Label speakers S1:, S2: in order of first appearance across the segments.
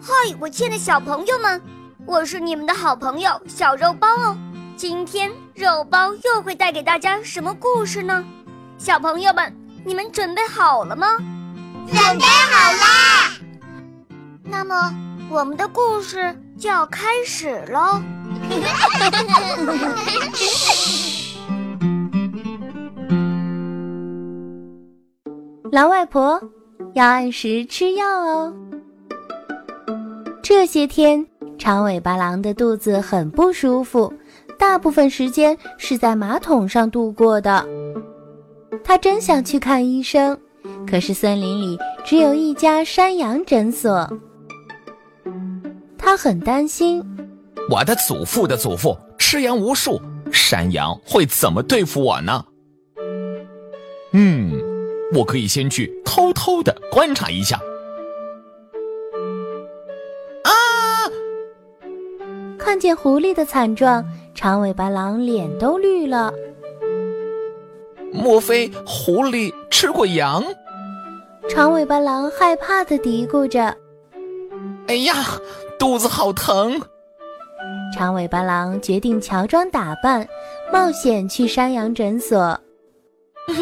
S1: 嗨，我亲爱的小朋友们，我是你们的好朋友小肉包哦。今天肉包又会带给大家什么故事呢？小朋友们，你们准备好了吗？
S2: 准备好啦！
S1: 那么我们的故事就要开始喽。
S3: 老外婆要按时吃药哦。这些天，长尾巴狼的肚子很不舒服，大部分时间是在马桶上度过的。他真想去看医生，可是森林里只有一家山羊诊所。他很担心，
S4: 我的祖父的祖父吃羊无数，山羊会怎么对付我呢？嗯，我可以先去偷偷的观察一下。啊！
S3: 看见狐狸的惨状，长尾巴狼脸都绿了。
S4: 莫非狐狸吃过羊？
S3: 长尾巴狼害怕的嘀咕着。
S4: 哎呀，肚子好疼！
S3: 长尾巴狼决定乔装打扮，冒险去山羊诊所。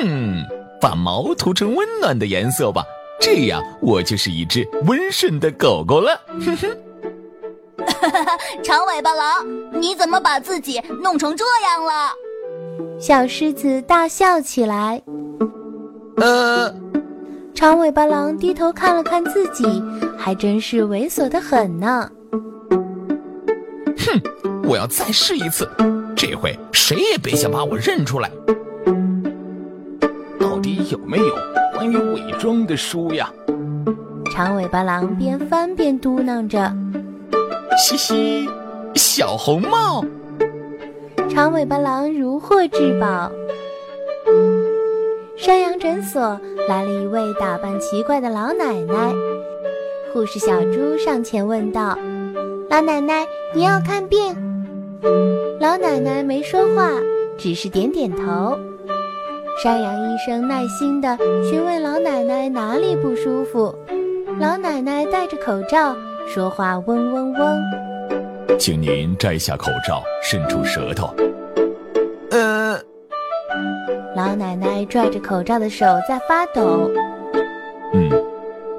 S4: 嗯，把毛涂成温暖的颜色吧，这样我就是一只温顺的狗狗了。哼哼。
S2: 长尾巴狼，你怎么把自己弄成这样了？
S3: 小狮子大笑起来。
S4: 呃，
S3: 长尾巴狼低头看了看自己，还真是猥琐的很呢。
S4: 哼，我要再试一次，这回谁也别想把我认出来。
S5: 到底有没有关于伪装的书呀？
S3: 长尾巴狼边翻边嘟囔着。
S4: 嘻嘻，小红帽。
S3: 长尾巴狼如获至宝。山羊诊所来了一位打扮奇怪的老奶奶，护士小猪上前问道：“
S6: 老奶奶，你要看病？”
S3: 老奶奶没说话，只是点点头。山羊医生耐心地询问老奶奶哪里不舒服。老奶奶戴着口罩，说话嗡嗡嗡。
S4: 请您摘下口罩，伸出舌头。呃，
S3: 老奶奶拽着口罩的手在发抖。
S4: 嗯，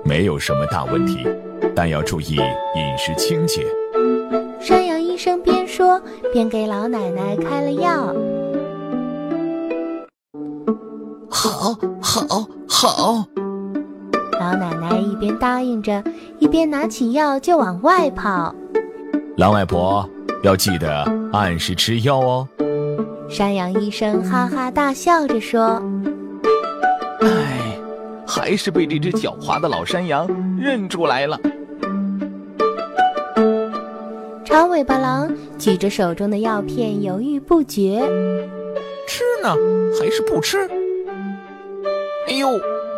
S4: 没有什么大问题，但要注意饮食清洁。
S3: 山羊医生边说边给老奶奶开了药。
S4: 好，好，好！
S3: 老奶奶一边答应着，一边拿起药就往外跑。
S4: 狼外婆要记得按时吃药哦。
S3: 山羊医生哈哈大笑着说：“
S5: 哎，还是被这只狡猾的老山羊认出来了。”
S3: 长尾巴狼举着手中的药片，犹豫不决：
S4: 吃呢，还是不吃？哎呦，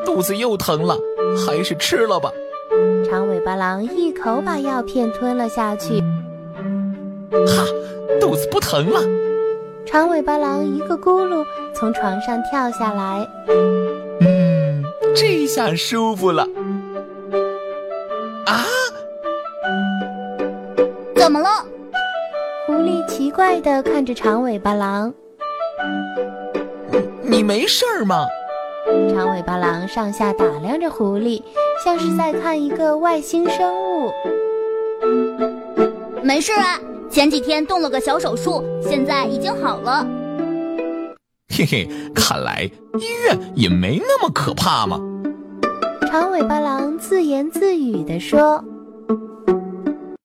S4: 肚子又疼了，还是吃了吧。
S3: 长尾巴狼一口把药片吞了下去。
S4: 哈，肚子不疼了！
S3: 长尾巴狼一个咕噜从床上跳下来。
S4: 嗯，这下舒服了。啊？
S2: 怎么了？
S3: 狐狸奇怪地看着长尾巴狼。
S4: 你没事儿吗？
S3: 长尾巴狼上下打量着狐狸，像是在看一个外星生物。
S2: 没事啊。前几天动了个小手术，现在已经好了。
S4: 嘿嘿，看来医院也没那么可怕嘛。
S3: 长尾巴狼自言自语地说：“